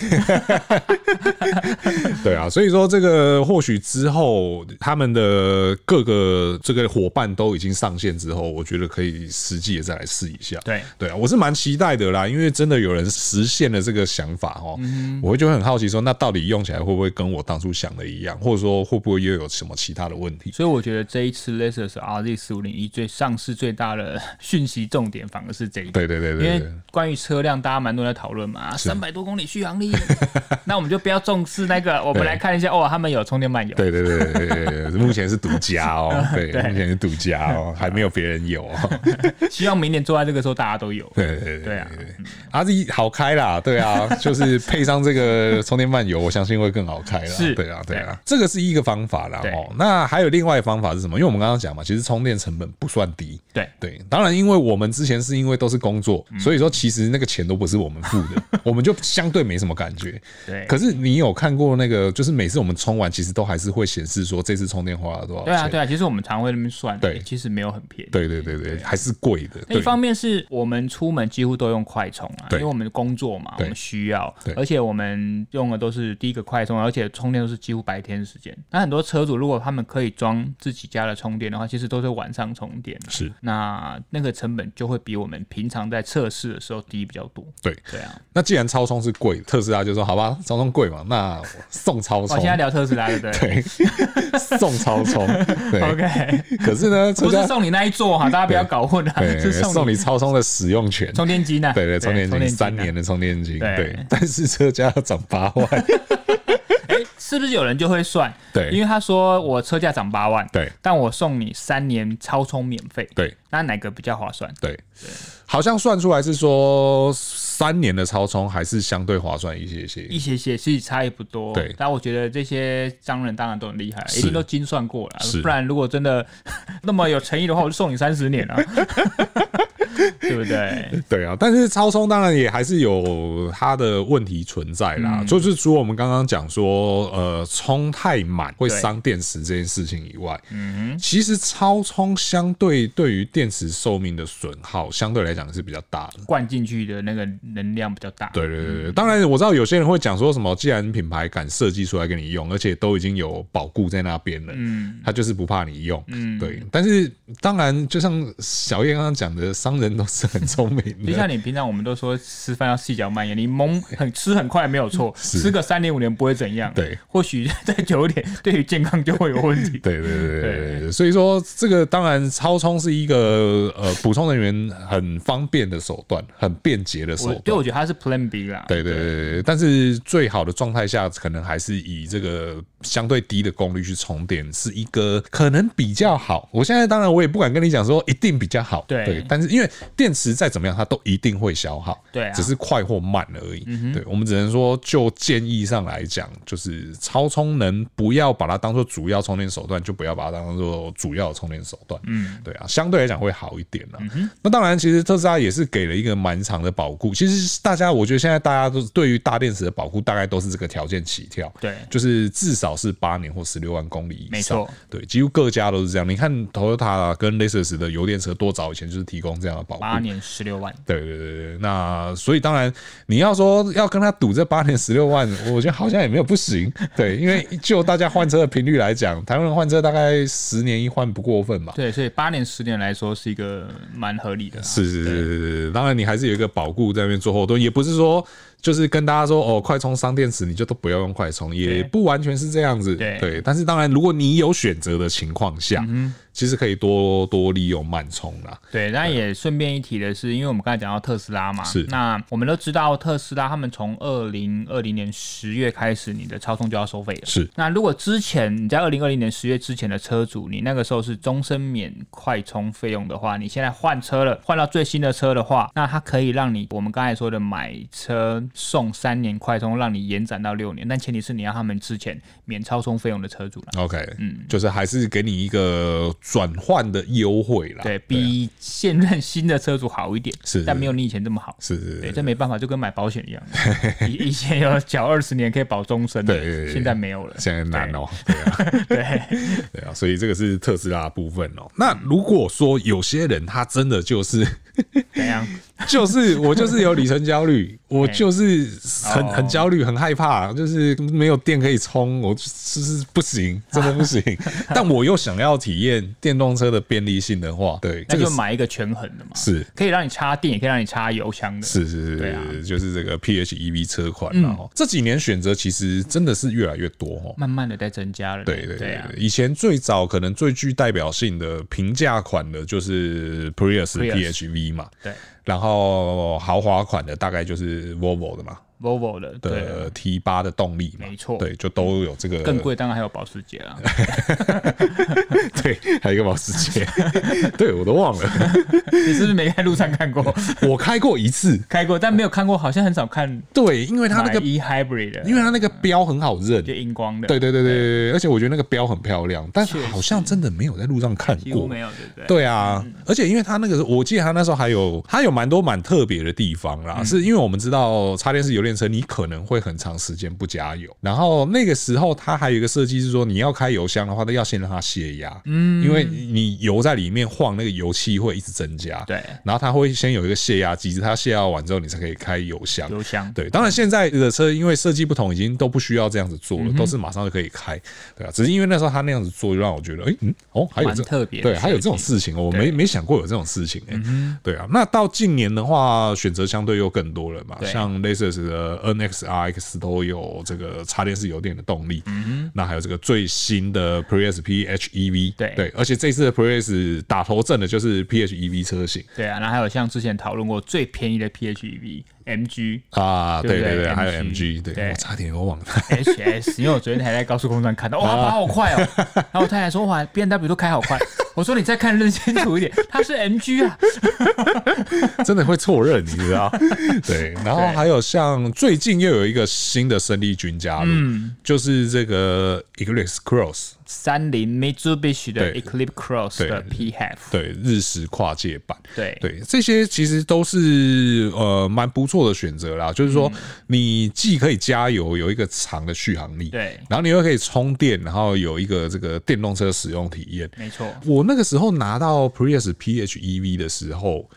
[SPEAKER 1] 对啊，所以说这个或许之后他们的各个这个伙伴都已经上线之后，我觉得可以实际也再来试一下。
[SPEAKER 2] 对
[SPEAKER 1] 对啊，我是蛮期待的啦，因为真的有人实现了这个想法哦，我会就会很好奇说，那到底用起来会不会跟我当初想的一样，或者说会不会又有什么其他的问题？
[SPEAKER 2] 所以我觉得这一次 Lexus RZ 四五零一最上市最大的讯息重点，反而是这一个。
[SPEAKER 1] 对对对
[SPEAKER 2] 因
[SPEAKER 1] 对
[SPEAKER 2] 为
[SPEAKER 1] 对。
[SPEAKER 2] 关于车辆，大家蛮多人在讨论嘛，啊三百多公里续航力， 那我们就不要重视那个，我们
[SPEAKER 1] 对
[SPEAKER 2] 来看一下哦，他们有充电慢油，
[SPEAKER 1] 对对对对对对，目前是独家哦，对，目前是独家哦，还没有别人有、哦。
[SPEAKER 2] 希望明年坐在这个时候大家都有。
[SPEAKER 1] 对对对
[SPEAKER 2] 对啊，
[SPEAKER 1] 阿 Z 好开啦，对 啊，就是配上这个充电慢油，我相信会更好开啦。
[SPEAKER 2] 是
[SPEAKER 1] 对啊，对啊，这个是一个方法啦
[SPEAKER 2] 对。
[SPEAKER 1] 哦，那还有另外一个方法是什么？因为我们刚刚讲嘛，其实充电成本不算低。
[SPEAKER 2] 对
[SPEAKER 1] 对，当然，因为我们之前是因为都是工作，
[SPEAKER 2] 嗯
[SPEAKER 1] 所以说其实那个钱都不是我们付的， 我们就相对没什么感觉。
[SPEAKER 2] 对
[SPEAKER 1] 可是你有看过那个，就是每次我们充完，其实都还是会显示说这次充电花了多少
[SPEAKER 2] 对
[SPEAKER 1] 钱。
[SPEAKER 2] 啊，对啊，其实我们常会在那边算，
[SPEAKER 1] 哦对
[SPEAKER 2] 欸其实没有很便宜。
[SPEAKER 1] 对对对对，还是贵的。
[SPEAKER 2] 那一
[SPEAKER 1] 对
[SPEAKER 2] 方面是我们出门几乎都用快充啊，
[SPEAKER 1] 对
[SPEAKER 2] 因为我们工作嘛，我
[SPEAKER 1] 对
[SPEAKER 2] 们需要
[SPEAKER 1] 对，
[SPEAKER 2] 而且我们用的都是第一个快充，而且充电都是几乎白天时间。那很多车主如果他们可以装自己家的充电的话，其实都是晚上充电。
[SPEAKER 1] 是
[SPEAKER 2] 那那个成本就会比我们平常在测试的时候低比较多。
[SPEAKER 1] 对。
[SPEAKER 2] 对啊，
[SPEAKER 1] 那既然超充是贵的，特斯拉就说好吧，超充贵嘛，那我送超
[SPEAKER 2] 我
[SPEAKER 1] 充
[SPEAKER 2] 哦现，在聊特斯拉，对不对
[SPEAKER 1] 对，送超充，对。
[SPEAKER 2] ？OK，
[SPEAKER 1] 可是呢，车
[SPEAKER 2] 不
[SPEAKER 1] 家
[SPEAKER 2] 是送你那一座哈，大家不要搞混啊，
[SPEAKER 1] 对
[SPEAKER 2] 是送
[SPEAKER 1] 送
[SPEAKER 2] 你
[SPEAKER 1] 你超充的使用权，
[SPEAKER 2] 充电啊机呢。
[SPEAKER 1] 对对，充电金
[SPEAKER 2] 机
[SPEAKER 1] 三
[SPEAKER 2] 呢
[SPEAKER 1] 年的充电金，
[SPEAKER 2] 对
[SPEAKER 1] 对。但是车价要涨八万，
[SPEAKER 2] 是不是有人就会算？
[SPEAKER 1] 对
[SPEAKER 2] 因为他说我车价涨八万，
[SPEAKER 1] 对
[SPEAKER 2] 但我送你三年超充免费，
[SPEAKER 1] 对
[SPEAKER 2] 那哪个比较划算？
[SPEAKER 1] 对，好像算出来是说三年的超充还是相对划算一些些，
[SPEAKER 2] 一些些其实差异不多，
[SPEAKER 1] 对
[SPEAKER 2] 但我觉得这些商人当然都很厉害，
[SPEAKER 1] 是
[SPEAKER 2] 一定都精算过了，
[SPEAKER 1] 是
[SPEAKER 2] 不然如果真的 那么有诚意的话，我就送你三十年啊， 对不 对？
[SPEAKER 1] 对啊，但是超充当然也还是有它的问题存在啦，就是除了我们刚刚讲说，呃，充太满会伤电池这件事情以外，嗯，其实超充相对对于电池寿命的损耗，相对来讲是比较大的。
[SPEAKER 2] 灌进去的那个能量比较大，
[SPEAKER 1] 对对对对，当然我知道有些人会讲说什么，既然品牌敢设计出来给你用，而且都已经有保固在那边了，嗯，他就是不怕你用，嗯，对。但是当然，就像小叶刚刚讲的，商人都是很聪明的，
[SPEAKER 2] 就像你平常我们都说吃饭要细嚼慢咽，你猛很吃很快没有错，吃个三年五年不会怎样。
[SPEAKER 1] 嗯对，
[SPEAKER 2] 或许再久一点，对于健康就会有问题。
[SPEAKER 1] 对对对对对，所以说这个当然超充是一个呃补充能源很方便的手段，很便捷的手
[SPEAKER 2] 我对，
[SPEAKER 1] 段。
[SPEAKER 2] 我觉得它是 Plan B 啦。
[SPEAKER 1] 对对对对对，但是最好的状态下，可能还是以这个相对低的功率去充电，是一个可能比较好。我现在当然我也不敢跟你讲说一定比较好，
[SPEAKER 2] 对
[SPEAKER 1] 但是因为电池再怎么样，它都一定会消耗，
[SPEAKER 2] 对啊
[SPEAKER 1] 只是快或慢而已。
[SPEAKER 2] 嗯
[SPEAKER 1] 对，我们只能说就建议上来讲，就是超充能不要把它当做主要充电手段，就不要把它当做主要的充电手段。嗯，对啊，相对来讲会好一点啦。
[SPEAKER 2] 嗯
[SPEAKER 1] 那当然，其实特斯拉也是给了一个蛮长的保固。其实大家，我觉得现在大家都是对于大电池的保护，大概都是这个条件起跳。
[SPEAKER 2] 对
[SPEAKER 1] 就是至少是八年或十六万公里以上。
[SPEAKER 2] 没错，
[SPEAKER 1] 对，几乎各家都是这样。你看 Toyota 跟 Lexus 的油电车多早以前就是提供这样的保护。
[SPEAKER 2] 八年十六万，
[SPEAKER 1] 对对对对，那所以当然你要说要跟他赌这八年十六万， 我觉得好像也没有不行。对，因为就大家换车的频率来讲，台湾人换车大概十年一换不过分吧。
[SPEAKER 2] 对，所以八年十年来说是一个蛮合理的啦。
[SPEAKER 1] 是是是是是，当然你还是有一个保固在那边做后盾，也不是说就是跟大家说哦，快充伤电池你就都不要用快充，也不完全是这样子。
[SPEAKER 2] 对
[SPEAKER 1] 但是当然如果你有选择的情况下，其实可以多多利用慢充啦。
[SPEAKER 2] 对，那也顺便一提的是，因为我们刚才讲到特斯拉嘛，
[SPEAKER 1] 啊是
[SPEAKER 2] 那我们都知道特斯拉他们从二零二零年十月开始，你的超充就要收费了。
[SPEAKER 1] 是
[SPEAKER 2] 那如果之前你在二零二零年十月之前的车主，你那个时候是终身免快充费用的话，你现在换车了，换到最新的车的话，那它可以让你我们刚才说的买车送三年快充，让你延展到六年，但前提是你要他们之前免超充费用的车主了。
[SPEAKER 1] OK，嗯，就是还是给你一个转换的优惠啦。
[SPEAKER 2] 对
[SPEAKER 1] 啊
[SPEAKER 2] 比现任新的车主好一点，
[SPEAKER 1] 是
[SPEAKER 2] 但没有你以前这么好。
[SPEAKER 1] 是是
[SPEAKER 2] 对，
[SPEAKER 1] 是
[SPEAKER 2] 这没办法，就跟买保险一样，以以前有缴二十年可以保终身的，
[SPEAKER 1] 对对对对
[SPEAKER 2] 现在没有了。
[SPEAKER 1] 现在难哦， 对啊，
[SPEAKER 2] 对，
[SPEAKER 1] 对 啊，所以这个是特斯拉的部分哦。那如果说有些人他真的就是
[SPEAKER 2] 怎样？
[SPEAKER 1] 就是我就是有里程焦虑，我就是很
[SPEAKER 2] 哦
[SPEAKER 1] 很焦虑，很害怕，就是没有电可以充，我就是不行，真的不 行。但我又想要体验电动车的便利性的话，对，
[SPEAKER 2] 那
[SPEAKER 1] 这个
[SPEAKER 2] 就买一个权衡的嘛，
[SPEAKER 1] 是
[SPEAKER 2] 可以让你插电，也可以让你插油箱的，
[SPEAKER 1] 是是是
[SPEAKER 2] 对啊嗯
[SPEAKER 1] 是，就是这个 PHEV 车款然后这几年选择其实真的是越来越多哦。
[SPEAKER 2] 慢慢的在增加了。
[SPEAKER 1] 对对
[SPEAKER 2] 对
[SPEAKER 1] 对
[SPEAKER 2] 啊，，
[SPEAKER 1] 以前最早可能最具代表性的平价款的就是 Prius
[SPEAKER 2] Prius
[SPEAKER 1] PHV 嘛，
[SPEAKER 2] 对
[SPEAKER 1] 然后豪华款的大概就是 Volvo 的嘛，
[SPEAKER 2] ，Volvo 的，对，
[SPEAKER 1] 的 T 八的动力嘛，
[SPEAKER 2] 没错
[SPEAKER 1] 对，就都有这个
[SPEAKER 2] 更，贵当然还有保时捷啦。
[SPEAKER 1] 对，还有一个保时捷， 对我都忘了，
[SPEAKER 2] 你是不是没在路上看过？
[SPEAKER 1] 我开过一次，
[SPEAKER 2] 开过，但没有看过，好像很少看
[SPEAKER 1] 对，因为它那个，
[SPEAKER 2] E Hybrid 的，
[SPEAKER 1] 因为它那个标很好认，
[SPEAKER 2] 就荧光的，
[SPEAKER 1] 对对对对对，而且我觉得那个标很漂亮，但
[SPEAKER 2] 确实
[SPEAKER 1] 好像真的没有在路上看
[SPEAKER 2] 几乎
[SPEAKER 1] 过，
[SPEAKER 2] 没有，对不对？
[SPEAKER 1] 对啊，而且因为他那个，我记得他那时候还有，他有蛮多蛮特别的地方啦，是因为我们知道插电式油电车，你可能会很长时间不加油，然后那个时候它还有一个设计是说，你要开油箱的话，都要先让它泄压，嗯，因为你油在里面晃，那个油气会一直增加，
[SPEAKER 2] 对
[SPEAKER 1] 然后它会先有一个泄压机制，它泄压完之后，你才可以开油箱，
[SPEAKER 2] 油箱，
[SPEAKER 1] 对，当然现在的车因为设计不同，已经都不需要这样子
[SPEAKER 2] 嗯
[SPEAKER 1] 做了，都是马上就可以开，对啊。只是因为那时候他那样子做，就让我觉得，哎、嗯，哦，还有这
[SPEAKER 2] 蛮特别的
[SPEAKER 1] 对，
[SPEAKER 2] 设
[SPEAKER 1] 还有这种
[SPEAKER 2] 计
[SPEAKER 1] 事情，我
[SPEAKER 2] 对嗯
[SPEAKER 1] 没没想过有这种事情、哎、对啊。那到近年的话，选择相对又更多了嘛，
[SPEAKER 2] 对
[SPEAKER 1] 像 Lexus 的 NX RX 都有这个插电式油电的动力，
[SPEAKER 2] 嗯
[SPEAKER 1] 那还有这个最新的 Prius PHEV，
[SPEAKER 2] 对
[SPEAKER 1] 对，而且这次的 Prius 打头阵的就是 PHEV 车型。
[SPEAKER 2] 对啊，然后还有像之前讨论过最便宜的 E PHEV MG
[SPEAKER 1] 啊，对
[SPEAKER 2] 对不
[SPEAKER 1] 对
[SPEAKER 2] 对
[SPEAKER 1] 对，还有
[SPEAKER 2] MG
[SPEAKER 1] MG，对
[SPEAKER 2] 对
[SPEAKER 1] 我差点又忘了，
[SPEAKER 2] HS，因为我昨天还在高速公路上看到，哇，
[SPEAKER 1] 啊
[SPEAKER 2] 跑好快哦！然后我太太说，哇，B N W 都开好快。我说你再看认清楚一点，它是 M G 啊，
[SPEAKER 1] 真的会错认，你知道？ 对，然后还有像最近又有一个新的生力军加入，
[SPEAKER 2] 嗯
[SPEAKER 1] 就是这个 Eclipse Cross，
[SPEAKER 2] 三菱 Mitsubishi 的
[SPEAKER 1] 对
[SPEAKER 2] Eclipse Cross
[SPEAKER 1] 对
[SPEAKER 2] 的 P E F，
[SPEAKER 1] 对，日式跨界版。
[SPEAKER 2] 对
[SPEAKER 1] 对，这些其实都是呃蛮不错的选择啦。就是说，
[SPEAKER 2] 嗯
[SPEAKER 1] 你既可以加油，有一个长的续航力，
[SPEAKER 2] 对
[SPEAKER 1] 然后你又可以充电，然后有一个这个电动车使用体验。
[SPEAKER 2] 没错，
[SPEAKER 1] 我那个时候拿到 Prius PHEV 的时候，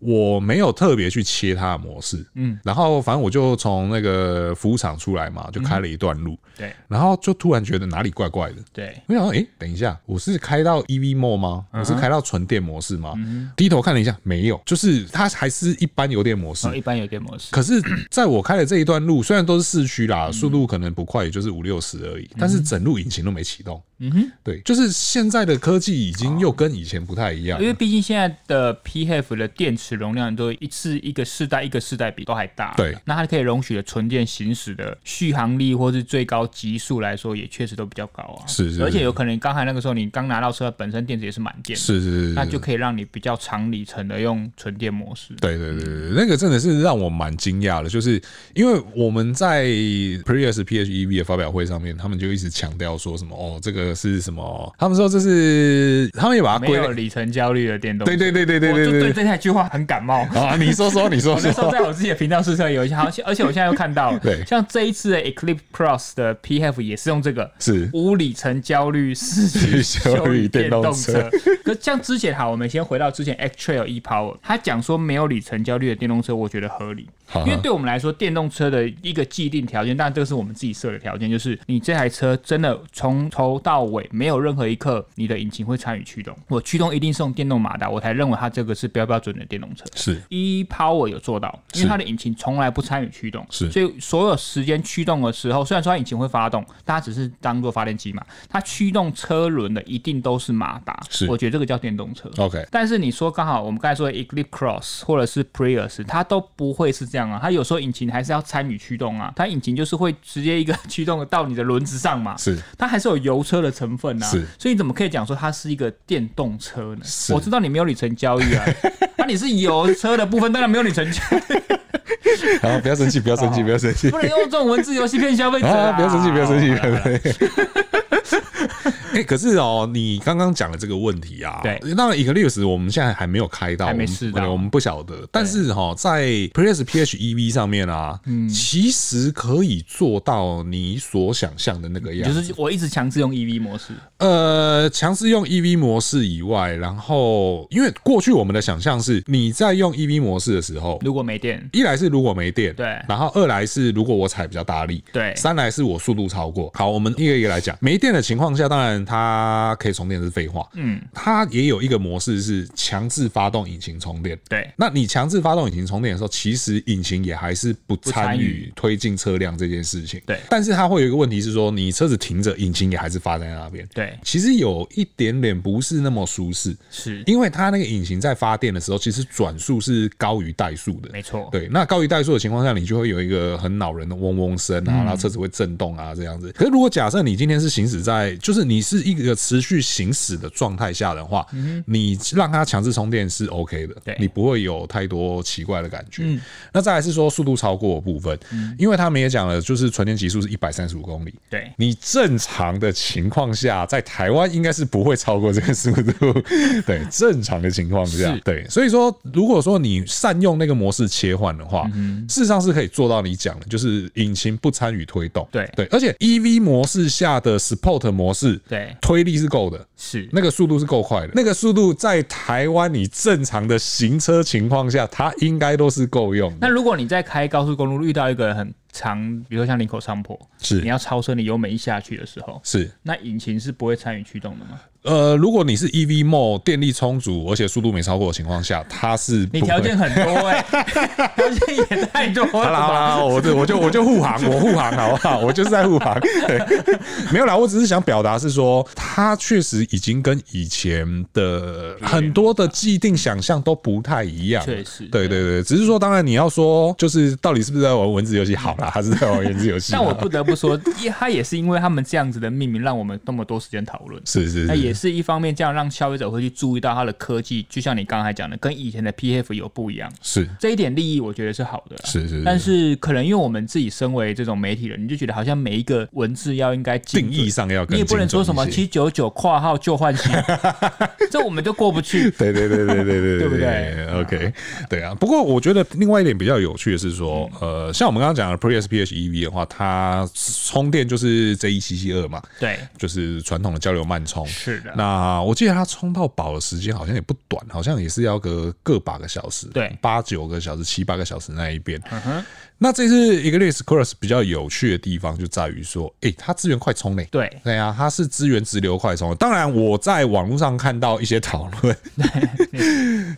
[SPEAKER 1] 我没有特别去切它的模式，嗯，然后反正我就从那个服务厂出来嘛，就开了一段路，
[SPEAKER 2] 对
[SPEAKER 1] 然后就突然觉得哪里怪怪的。
[SPEAKER 2] 对，
[SPEAKER 1] 我想说，哎、等一下，我是开到 EV mode 吗？我是开到纯电模式吗？低头看了一下，没有，就是它还是一般油电模式
[SPEAKER 2] 然后。一般有电模式，
[SPEAKER 1] 可是，在我开的这一段路，虽然都是市区
[SPEAKER 2] 嗯
[SPEAKER 1] 啦，速度可能不快，也就是五六十而已，但是整路引擎都没启动。嗯哼，对，就是现在的科技已经又跟以前不太一样
[SPEAKER 2] 因。为毕竟现在的 P E F 的电池容量都一次一个世代一个世代比都还大，
[SPEAKER 1] 对
[SPEAKER 2] 那它可以容许的纯电行驶的续航力或是最高极速来说，也确实都比较高啊，
[SPEAKER 1] 是是是
[SPEAKER 2] 而且有可能刚才那个时候你刚拿到车，本身电池也是满电的，
[SPEAKER 1] 是是是，
[SPEAKER 2] 那就可以让你比较长里程的用纯电模式。
[SPEAKER 1] 嗯对对对对，那个真的是让我蛮惊讶的，就是因为我们在 Prius PHEV 的发表会上面，他们就一直强调说什么哦，这个是什么？他们说这是，他们也把它
[SPEAKER 2] 没
[SPEAKER 1] 归
[SPEAKER 2] 有
[SPEAKER 1] 类，
[SPEAKER 2] 里程焦虑的电动
[SPEAKER 1] 对
[SPEAKER 2] 车，
[SPEAKER 1] 对对对对对
[SPEAKER 2] 我就
[SPEAKER 1] 对
[SPEAKER 2] 对
[SPEAKER 1] 对
[SPEAKER 2] 这句话很 感冒。
[SPEAKER 1] 啊！你说说，你说
[SPEAKER 2] 我那时候
[SPEAKER 1] 说，
[SPEAKER 2] 在我自己的频道试车有一些，好像而且我现在又看到了
[SPEAKER 1] 对，
[SPEAKER 2] 像这一次的 Eclipse Cross 的 PHEV 也是用这个
[SPEAKER 1] 是
[SPEAKER 2] 无里程焦虑四驱
[SPEAKER 1] 修理电
[SPEAKER 2] 电
[SPEAKER 1] 动
[SPEAKER 2] 动
[SPEAKER 1] 车
[SPEAKER 2] 车。可是像之前好，我们先回到之前 X Trail E Power，他讲说没有里程焦虑的电动车，我觉得合理。
[SPEAKER 1] 好
[SPEAKER 2] 因为对我们来说，电动车的一个既定条件，当然这个是我们自己设的条件，就是你这台车真的从头到尾没有任何一刻你的引擎会参与驱动，我驱动一定是用电动马达，我才认为它这个是标标准的电动车。
[SPEAKER 1] 是
[SPEAKER 2] E Power 有做到，因
[SPEAKER 1] 是
[SPEAKER 2] 为它的引擎从来不参与驱动，
[SPEAKER 1] 是
[SPEAKER 2] 所以所有时间驱动的时候，虽然说它引擎会发动，但它只是当做发电机嘛，它驱动车轮的一定都是马达，
[SPEAKER 1] 是
[SPEAKER 2] 我觉得这个叫电动车。
[SPEAKER 1] OK，
[SPEAKER 2] 但是你说刚好我们刚才说的 Eclipse Cross 或者是 Prius，它都不会是这样啊，它有时候引擎还是要参与驱动啊，它引擎就是会直接一个 驱动到你的轮子上嘛，
[SPEAKER 1] 是
[SPEAKER 2] 它还是有油车的成分啊，
[SPEAKER 1] 是
[SPEAKER 2] 所以你怎么可以讲说它是一个电动车呢
[SPEAKER 1] 是？
[SPEAKER 2] 我知道你没有里程 交易啊，那、你是油车的部分，当然没有里程交易，啊
[SPEAKER 1] 好，不要生气，不要生
[SPEAKER 2] 哦
[SPEAKER 1] 气，不要生气啊
[SPEAKER 2] 不能用这种文字游戏骗消费者啊
[SPEAKER 1] 啊！不要生气，不要生气，不要生气。哎、可是哦，你刚刚讲的这个问题啊，
[SPEAKER 2] 对
[SPEAKER 1] 那 Eclipse 我们现在还没有开到，
[SPEAKER 2] 还
[SPEAKER 1] 我
[SPEAKER 2] 没
[SPEAKER 1] 们
[SPEAKER 2] 试到
[SPEAKER 1] 对我们不晓得。但是哈、哦，在 Press PHEV 上面啊，
[SPEAKER 2] 嗯
[SPEAKER 1] 其实可以做到你所想象的那个样
[SPEAKER 2] 就
[SPEAKER 1] 子，
[SPEAKER 2] 是我一直强制用 EV 模式，
[SPEAKER 1] 呃，强制用 EV 模式以外，然后因为过去我们的想象是你在用 EV 模式的时候，
[SPEAKER 2] 如果没电，
[SPEAKER 1] 一来是如果没电，
[SPEAKER 2] 对
[SPEAKER 1] 然后二来是如果我踩比较大力，
[SPEAKER 2] 对
[SPEAKER 1] 三来是我速度超过。好，我们一个一个来讲，没电的情况下，当然它可以充电是废话，
[SPEAKER 2] 嗯，
[SPEAKER 1] 它也有一个模式是强制发动引擎充电。
[SPEAKER 2] 对，
[SPEAKER 1] 那你强制发动引擎充电的时候，其实引擎也还是不参与推进车辆这件事情。
[SPEAKER 2] 对
[SPEAKER 1] 但是它会有一个问题是说，你车子停着，引擎也还是发在那边。
[SPEAKER 2] 对
[SPEAKER 1] 其实有一点点不是那么舒适，
[SPEAKER 2] 是
[SPEAKER 1] 因为它那个引擎在发电的时候，其实转速是高于怠速的。
[SPEAKER 2] 没错，
[SPEAKER 1] 对，那高于怠速的情况下，你就会有一个很恼人的嗡嗡声
[SPEAKER 2] 嗯
[SPEAKER 1] 啊，然后车子会震动啊这样子。可是如果假设你今天是行驶在，就是你是一个持续行驶的状态下的话，你让它强制充电是 OK 的，
[SPEAKER 2] 嗯对嗯
[SPEAKER 1] 你不会有太多奇怪的感觉。那再来是说速度超过的部分，因为他们也讲了，就是纯电极速是一百三十五公里。
[SPEAKER 2] 对，
[SPEAKER 1] 你正常的情况下，在台湾应该是不会超过这个速 度。对，正常的情况下
[SPEAKER 2] 是，
[SPEAKER 1] 对，所以说，如果说你善用那个模式切换的
[SPEAKER 2] 嗯
[SPEAKER 1] 话，事实上是可以做到你讲的，就是引擎不参与推动。
[SPEAKER 2] 对
[SPEAKER 1] 对，而且 EV 模式下的 Sport 模式，
[SPEAKER 2] 对
[SPEAKER 1] 推力是够的。
[SPEAKER 2] 是
[SPEAKER 1] 那个速度是够快的，那个速度在台湾你正常的行车情况下，它应该都是够用
[SPEAKER 2] 那
[SPEAKER 1] 的。
[SPEAKER 2] 如果你在开高速公路遇到一个很长，比如说像林口上坡，
[SPEAKER 1] 是
[SPEAKER 2] 你要超车，你油门一下去的时候，
[SPEAKER 1] 是，
[SPEAKER 2] 那引擎是不会参与驱动的吗？
[SPEAKER 1] 呃，如果你是 EV mode 电力充足，而且速度没超过的情况下，它是
[SPEAKER 2] 你
[SPEAKER 1] 不
[SPEAKER 2] 条
[SPEAKER 1] 会
[SPEAKER 2] 件很多 哎、条件也太多
[SPEAKER 1] 好
[SPEAKER 2] 了
[SPEAKER 1] 啦好
[SPEAKER 2] 吧？
[SPEAKER 1] 啦，我就我就我就护航，我护航好不好？我就是在护航。对，没有啦，我只是想表达是说，它确实已经跟以前的很多的既定想象都不太一样。
[SPEAKER 2] 确实
[SPEAKER 1] 对对对，只是说，当然你要说，就是到底是不是在玩文字游戏好啦，还是在玩文字游戏
[SPEAKER 2] 但
[SPEAKER 1] 好？
[SPEAKER 2] 我不得不说，也它也是因为他们这样子的命名，让我们那么多时间讨论。
[SPEAKER 1] 是是
[SPEAKER 2] 那也
[SPEAKER 1] 是，
[SPEAKER 2] 是一方面，这样让消费者会去注意到它的科技，就像你刚才讲的，跟以前的 PF 有不一样。
[SPEAKER 1] 是
[SPEAKER 2] 这一点利益，我觉得是好的啦。啊
[SPEAKER 1] 是是，
[SPEAKER 2] 但是可能因为我们自己身为这种媒体人，你就觉得好像每一个文字要应该精
[SPEAKER 1] 定
[SPEAKER 2] 准
[SPEAKER 1] 义上要更
[SPEAKER 2] 你也不能说什么
[SPEAKER 1] 精准一些
[SPEAKER 2] 七九九括号旧换新， 这我们就过不去。
[SPEAKER 1] 对对对对对对
[SPEAKER 2] 对不对
[SPEAKER 1] ？OK，对啊。不过我觉得另外一点比较有趣的是说，
[SPEAKER 2] 嗯
[SPEAKER 1] 呃，像我们刚刚讲的 Prius PHEV E 的话，它充电就是 J 一七七二嘛，
[SPEAKER 2] 对，
[SPEAKER 1] 就是传统的交流慢充。
[SPEAKER 2] 是啊的，
[SPEAKER 1] 那我记得它充到饱的时间好像也不短，好像也是要个个把个小时，
[SPEAKER 2] 对
[SPEAKER 1] 八九个小时、七八个小时那一边。
[SPEAKER 2] 嗯哼，
[SPEAKER 1] 那这次 Eclipse Cross 比较有趣的地方就在于说，诶、它资源快充嘞、
[SPEAKER 2] 对，
[SPEAKER 1] 对啊，它是资源直流快充。当然，我在网络上看到一些讨 论，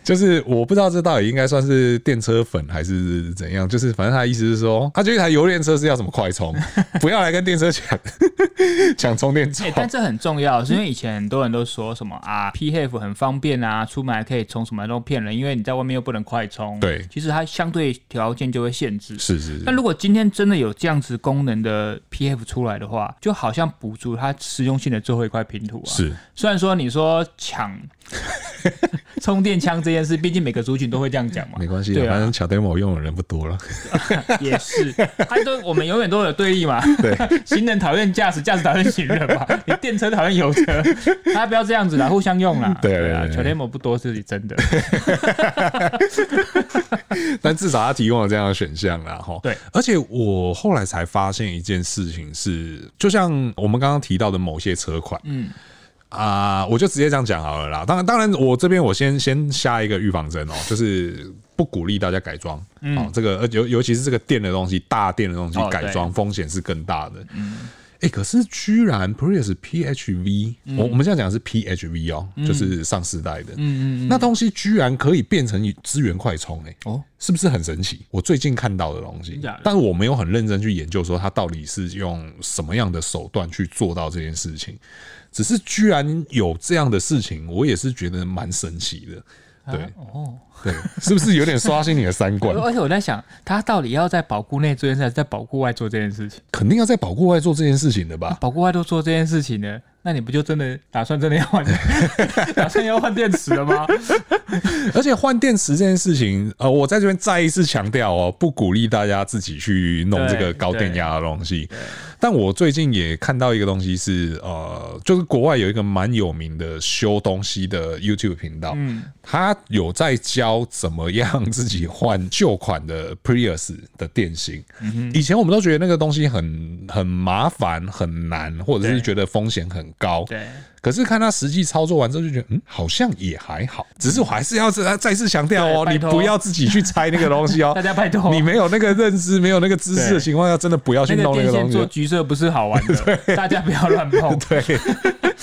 [SPEAKER 1] 就是我不知道这到底应该算是电车粉还是怎样。就是反正他的意思是说，他觉得一台油电车是要什么快 充，不要来跟电车抢 抢充电桩
[SPEAKER 2] 哎、。但这很重要，是因为以前很多人都说什么啊，PF 很方便啊，出门还可以充什么都骗人，因为你在外面又不能快充。
[SPEAKER 1] 对
[SPEAKER 2] 其实它相对条件就会限制。
[SPEAKER 1] 是是
[SPEAKER 2] 那
[SPEAKER 1] 是，
[SPEAKER 2] 如果今天真的有这样子功能的 PF 出来的话，就好像补足它实用性的最后一块拼图啊。
[SPEAKER 1] 是
[SPEAKER 2] 虽然说你说抢 充电枪这件事，毕竟每个族群都会这样讲嘛，
[SPEAKER 1] 没关系，
[SPEAKER 2] 对
[SPEAKER 1] 反
[SPEAKER 2] 啊，
[SPEAKER 1] 正抢 demo 用的人不多了。
[SPEAKER 2] 也是， 他都我们永远都有对立嘛，
[SPEAKER 1] 对，
[SPEAKER 2] 行人讨厌驾驶，驾驶讨厌行人 嘛，你电车讨厌油车，大家不要这样子啦，互相用啦，
[SPEAKER 1] 对对
[SPEAKER 2] 啊，
[SPEAKER 1] 对
[SPEAKER 2] 小 demo 不多是 真的，
[SPEAKER 1] 但至少他提供了这样的选项啦，哈。
[SPEAKER 2] 对，
[SPEAKER 1] 而且我后来才发现一件事情是，就像我们刚刚提到的某些车款，
[SPEAKER 2] 嗯
[SPEAKER 1] 啊、我就直接这样讲好了啦。当然，当然，我这边我先先下一个预防针哦，就是不鼓励大家改装。嗯、哦，这个呃尤尤其是这个电的东西，大电的东西
[SPEAKER 2] 哦
[SPEAKER 1] 改装、风险是更大的。嗯。哎、可是居然 Prius PHV，、我
[SPEAKER 2] 嗯
[SPEAKER 1] 我们现在讲的是 PHV 哦，就是上世代的，嗯嗯那东西居然可以变成资源快充、欸，
[SPEAKER 2] 哦，
[SPEAKER 1] 是不是很神奇？我最近看到的东西
[SPEAKER 2] 假的，
[SPEAKER 1] 但我没有很认真去研究说它到底是用什么样的手段去做到这件事情，只是居然有这样的事情，我也是觉得蛮神奇的。对，
[SPEAKER 2] 哦，
[SPEAKER 1] 对，是不是有点刷新你的三 观？
[SPEAKER 2] 而且我在想，他到底要在保固内做这件事，还是在保固外做这件事情？啊
[SPEAKER 1] 肯定要在保护外做这件事情的吧？
[SPEAKER 2] 保固外都做这件事情呢，那你不就真的打算真的要 换，打算要换电池了吗？
[SPEAKER 1] 而且换电池这件事情，呃，我在这边再一次强调哦，不鼓励大家自己去弄这个高电压的东西。但我最近也看到一个东西是，呃，就是国外有一个蛮有名的修东西的 YouTube 频道，他有在教怎么样自己换旧款的 Prius 的电芯。以前我们都觉得那个东西很很麻烦、很难，或者是
[SPEAKER 2] 对
[SPEAKER 1] 觉得风险很高。
[SPEAKER 2] 对，
[SPEAKER 1] 可是看他实际操作完之后，就觉得嗯，好像也还好。只是我还是要再再次强调哦，
[SPEAKER 2] 对
[SPEAKER 1] 你
[SPEAKER 2] 拜托
[SPEAKER 1] 不要自己去拆那个东西哦
[SPEAKER 2] 大。家拜托，
[SPEAKER 1] 你没有那个认知，没有那个知识的
[SPEAKER 2] 对
[SPEAKER 1] 情况下，真的不要去
[SPEAKER 2] 那个
[SPEAKER 1] 弄那
[SPEAKER 2] 电
[SPEAKER 1] 个
[SPEAKER 2] 线
[SPEAKER 1] 东
[SPEAKER 2] 做
[SPEAKER 1] 西。啊哦
[SPEAKER 2] 橘色不是好玩 的，大家不要乱碰。
[SPEAKER 1] 对，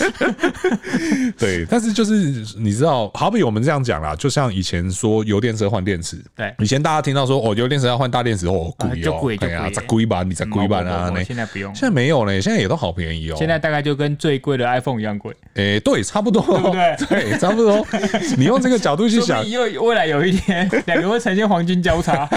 [SPEAKER 1] 对，但是就是你知道，好比我们这样讲啦，就像以前说油电车换电池，
[SPEAKER 2] 对
[SPEAKER 1] 以前大家听到说哦，油电车要换大电池，哦，
[SPEAKER 2] 啊
[SPEAKER 1] 贵
[SPEAKER 2] 就
[SPEAKER 1] 哦
[SPEAKER 2] 贵，就
[SPEAKER 1] 哎呀，
[SPEAKER 2] 贵
[SPEAKER 1] 再贵吧，你再贵吧啊，
[SPEAKER 2] 不不不
[SPEAKER 1] 那
[SPEAKER 2] 现在不用，
[SPEAKER 1] 现在没有呢，现在也都好便宜哦。
[SPEAKER 2] 现在大概就跟最贵的 iPhone 一样贵。
[SPEAKER 1] 诶、哎对，差不多， 对
[SPEAKER 2] 不对
[SPEAKER 1] 差不 多。你用这个角度去
[SPEAKER 2] 说
[SPEAKER 1] 想
[SPEAKER 2] 不，定又未来有一 天，两个会呈现黄金交叉。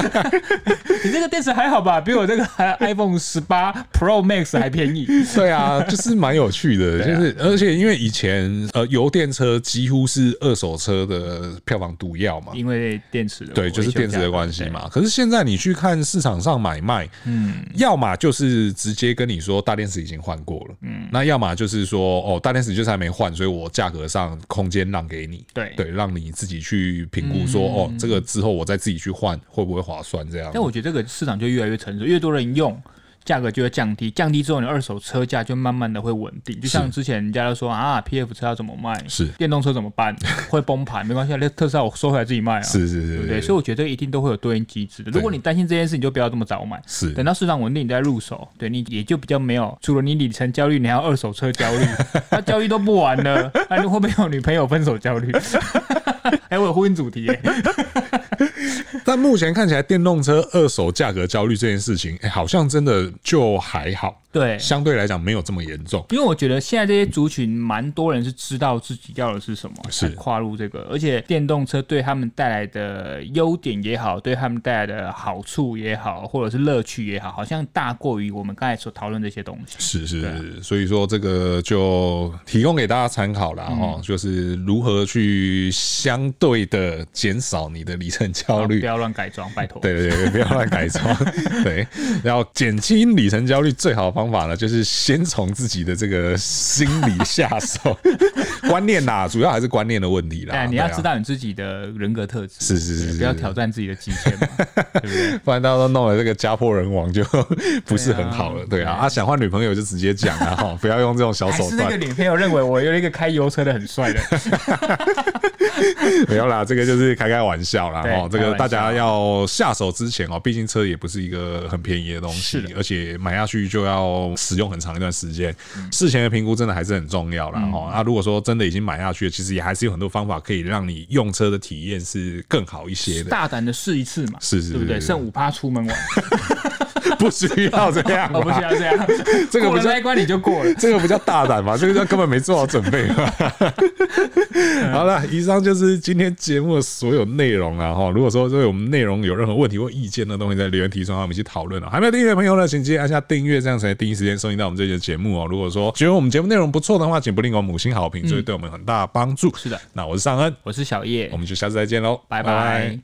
[SPEAKER 2] 你这个电池还好吧？比我这个还 iPhone 十八 Pro Max 还便宜。
[SPEAKER 1] 对啊，就是蛮有趣的，
[SPEAKER 2] 啊
[SPEAKER 1] 就是而且因为以前呃油电车几乎是二手车的票房毒药嘛。
[SPEAKER 2] 因为电池的
[SPEAKER 1] 对，
[SPEAKER 2] 维
[SPEAKER 1] 就是
[SPEAKER 2] 修
[SPEAKER 1] 电池
[SPEAKER 2] 价
[SPEAKER 1] 的
[SPEAKER 2] 格
[SPEAKER 1] 关系。嘛。可是现在你去看市场上买卖，嗯，要么就是直接跟你说大电池已经换过了，嗯，那要么就是说哦大电池就是还没换，所以我价格上空间让给你，
[SPEAKER 2] 对嗯
[SPEAKER 1] 对，让你自己去评估说、哦这个之后我再自己去换会不会划算这样
[SPEAKER 2] 但。我觉得这个市场就越来越成熟，越多人用，价格就会降低，降低之后，你二手车价就慢慢的会稳定。就像之前人家都说啊，PF 车要怎么卖，
[SPEAKER 1] 是
[SPEAKER 2] 电动车怎么办， 会崩盘，没关系，啊，那特斯拉我收回来自己卖啊，
[SPEAKER 1] 是是
[SPEAKER 2] 对
[SPEAKER 1] 是
[SPEAKER 2] 不对？所以我觉得一定都会有对应机制的。如果你担心这件事，你就不要这么早买。
[SPEAKER 1] 是
[SPEAKER 2] 等到市场稳定，你再入手，对你也就比较没有，除了你里程焦虑，你还有二手车焦 虑，那焦虑都不完了，那、你会不会有女朋友分手焦虑？ 哎、我有呼应主题、耶。
[SPEAKER 1] 但目前看起来，电动车二手价格焦虑这件事情，哎、好像真的就还好，
[SPEAKER 2] 对，
[SPEAKER 1] 相对来讲没有这么严重。
[SPEAKER 2] 因为我觉得现在这些族群蛮多人是知道自己要的是什么，
[SPEAKER 1] 是
[SPEAKER 2] 才跨入这个，而且电动车对他们带来的优点也好，对他们带来的好处也好，或者是乐趣也好，好像大过于我们刚才所讨论这些东西。
[SPEAKER 1] 是是是，
[SPEAKER 2] 啊
[SPEAKER 1] 所以说这个就提供给大家参考
[SPEAKER 2] 嗯
[SPEAKER 1] 啦，哦、就是如何去相对的减少你的里程焦虑
[SPEAKER 2] 哦不。要乱改装，拜托。
[SPEAKER 1] 对对对，不要乱改 装。对，然后减轻里程焦虑最好的方法呢，就是先从自己的这个心理下 手，观念啦，主要还是观念的问题啦。
[SPEAKER 2] 哎，你要
[SPEAKER 1] 对啊
[SPEAKER 2] 知道你自己的人格特质，
[SPEAKER 1] 是是是
[SPEAKER 2] 对
[SPEAKER 1] 是
[SPEAKER 2] 不要挑战自己的极限 嘛，对不对？
[SPEAKER 1] 不然大家都弄了这个家破人亡，就 不是很好了。对啊，啊，想换女朋友就直接讲啊， 哈，不要用这种小
[SPEAKER 2] 还
[SPEAKER 1] 手
[SPEAKER 2] 是那个
[SPEAKER 1] 段。
[SPEAKER 2] 女朋友认为我有一个开油车的很帅的，
[SPEAKER 1] 没有啦，这个就是开开玩笑啦。
[SPEAKER 2] 对
[SPEAKER 1] 哦，这个
[SPEAKER 2] 开玩笑
[SPEAKER 1] 大家要下手之前哦，毕竟车也不是一个很便宜的东
[SPEAKER 2] 是
[SPEAKER 1] 西
[SPEAKER 2] 的，
[SPEAKER 1] 而且买下去就要使用很长一段时间，
[SPEAKER 2] 嗯
[SPEAKER 1] 事前的评估真的还是很重要啦。哦，那如果说真的已经买下去了，其实也还是有很多方法可以让你用车的体验是更好一些的，
[SPEAKER 2] 大胆的试一次嘛，
[SPEAKER 1] 是是
[SPEAKER 2] 对不对？
[SPEAKER 1] 是是
[SPEAKER 2] 剩五趴出门玩，
[SPEAKER 1] 不需要这样啊
[SPEAKER 2] 哦，不需
[SPEAKER 1] 吧
[SPEAKER 2] 要。这样，
[SPEAKER 1] 这个不
[SPEAKER 2] 过了
[SPEAKER 1] 叫
[SPEAKER 2] 那一关你就过了。
[SPEAKER 1] 这个不叫大胆嘛，这个叫根本没做好准备嘛。 好了，以上就是今天节目的所有内容了哈。如果说对我们内容有任何问题或意见的东西，在留言提出，让我们一起讨论了。啊还没有订阅的朋友呢，请记得按下订阅，这样才能第一时间收听到我们这期的节目哦。如果说觉得我们节目内容不错的话，请不吝给我们五星好评，这会对我们有很大的帮助。
[SPEAKER 2] 嗯是的，
[SPEAKER 1] 那我是尚恩，
[SPEAKER 2] 我是小叶
[SPEAKER 1] 我，们就下次再见喽，
[SPEAKER 2] 拜拜。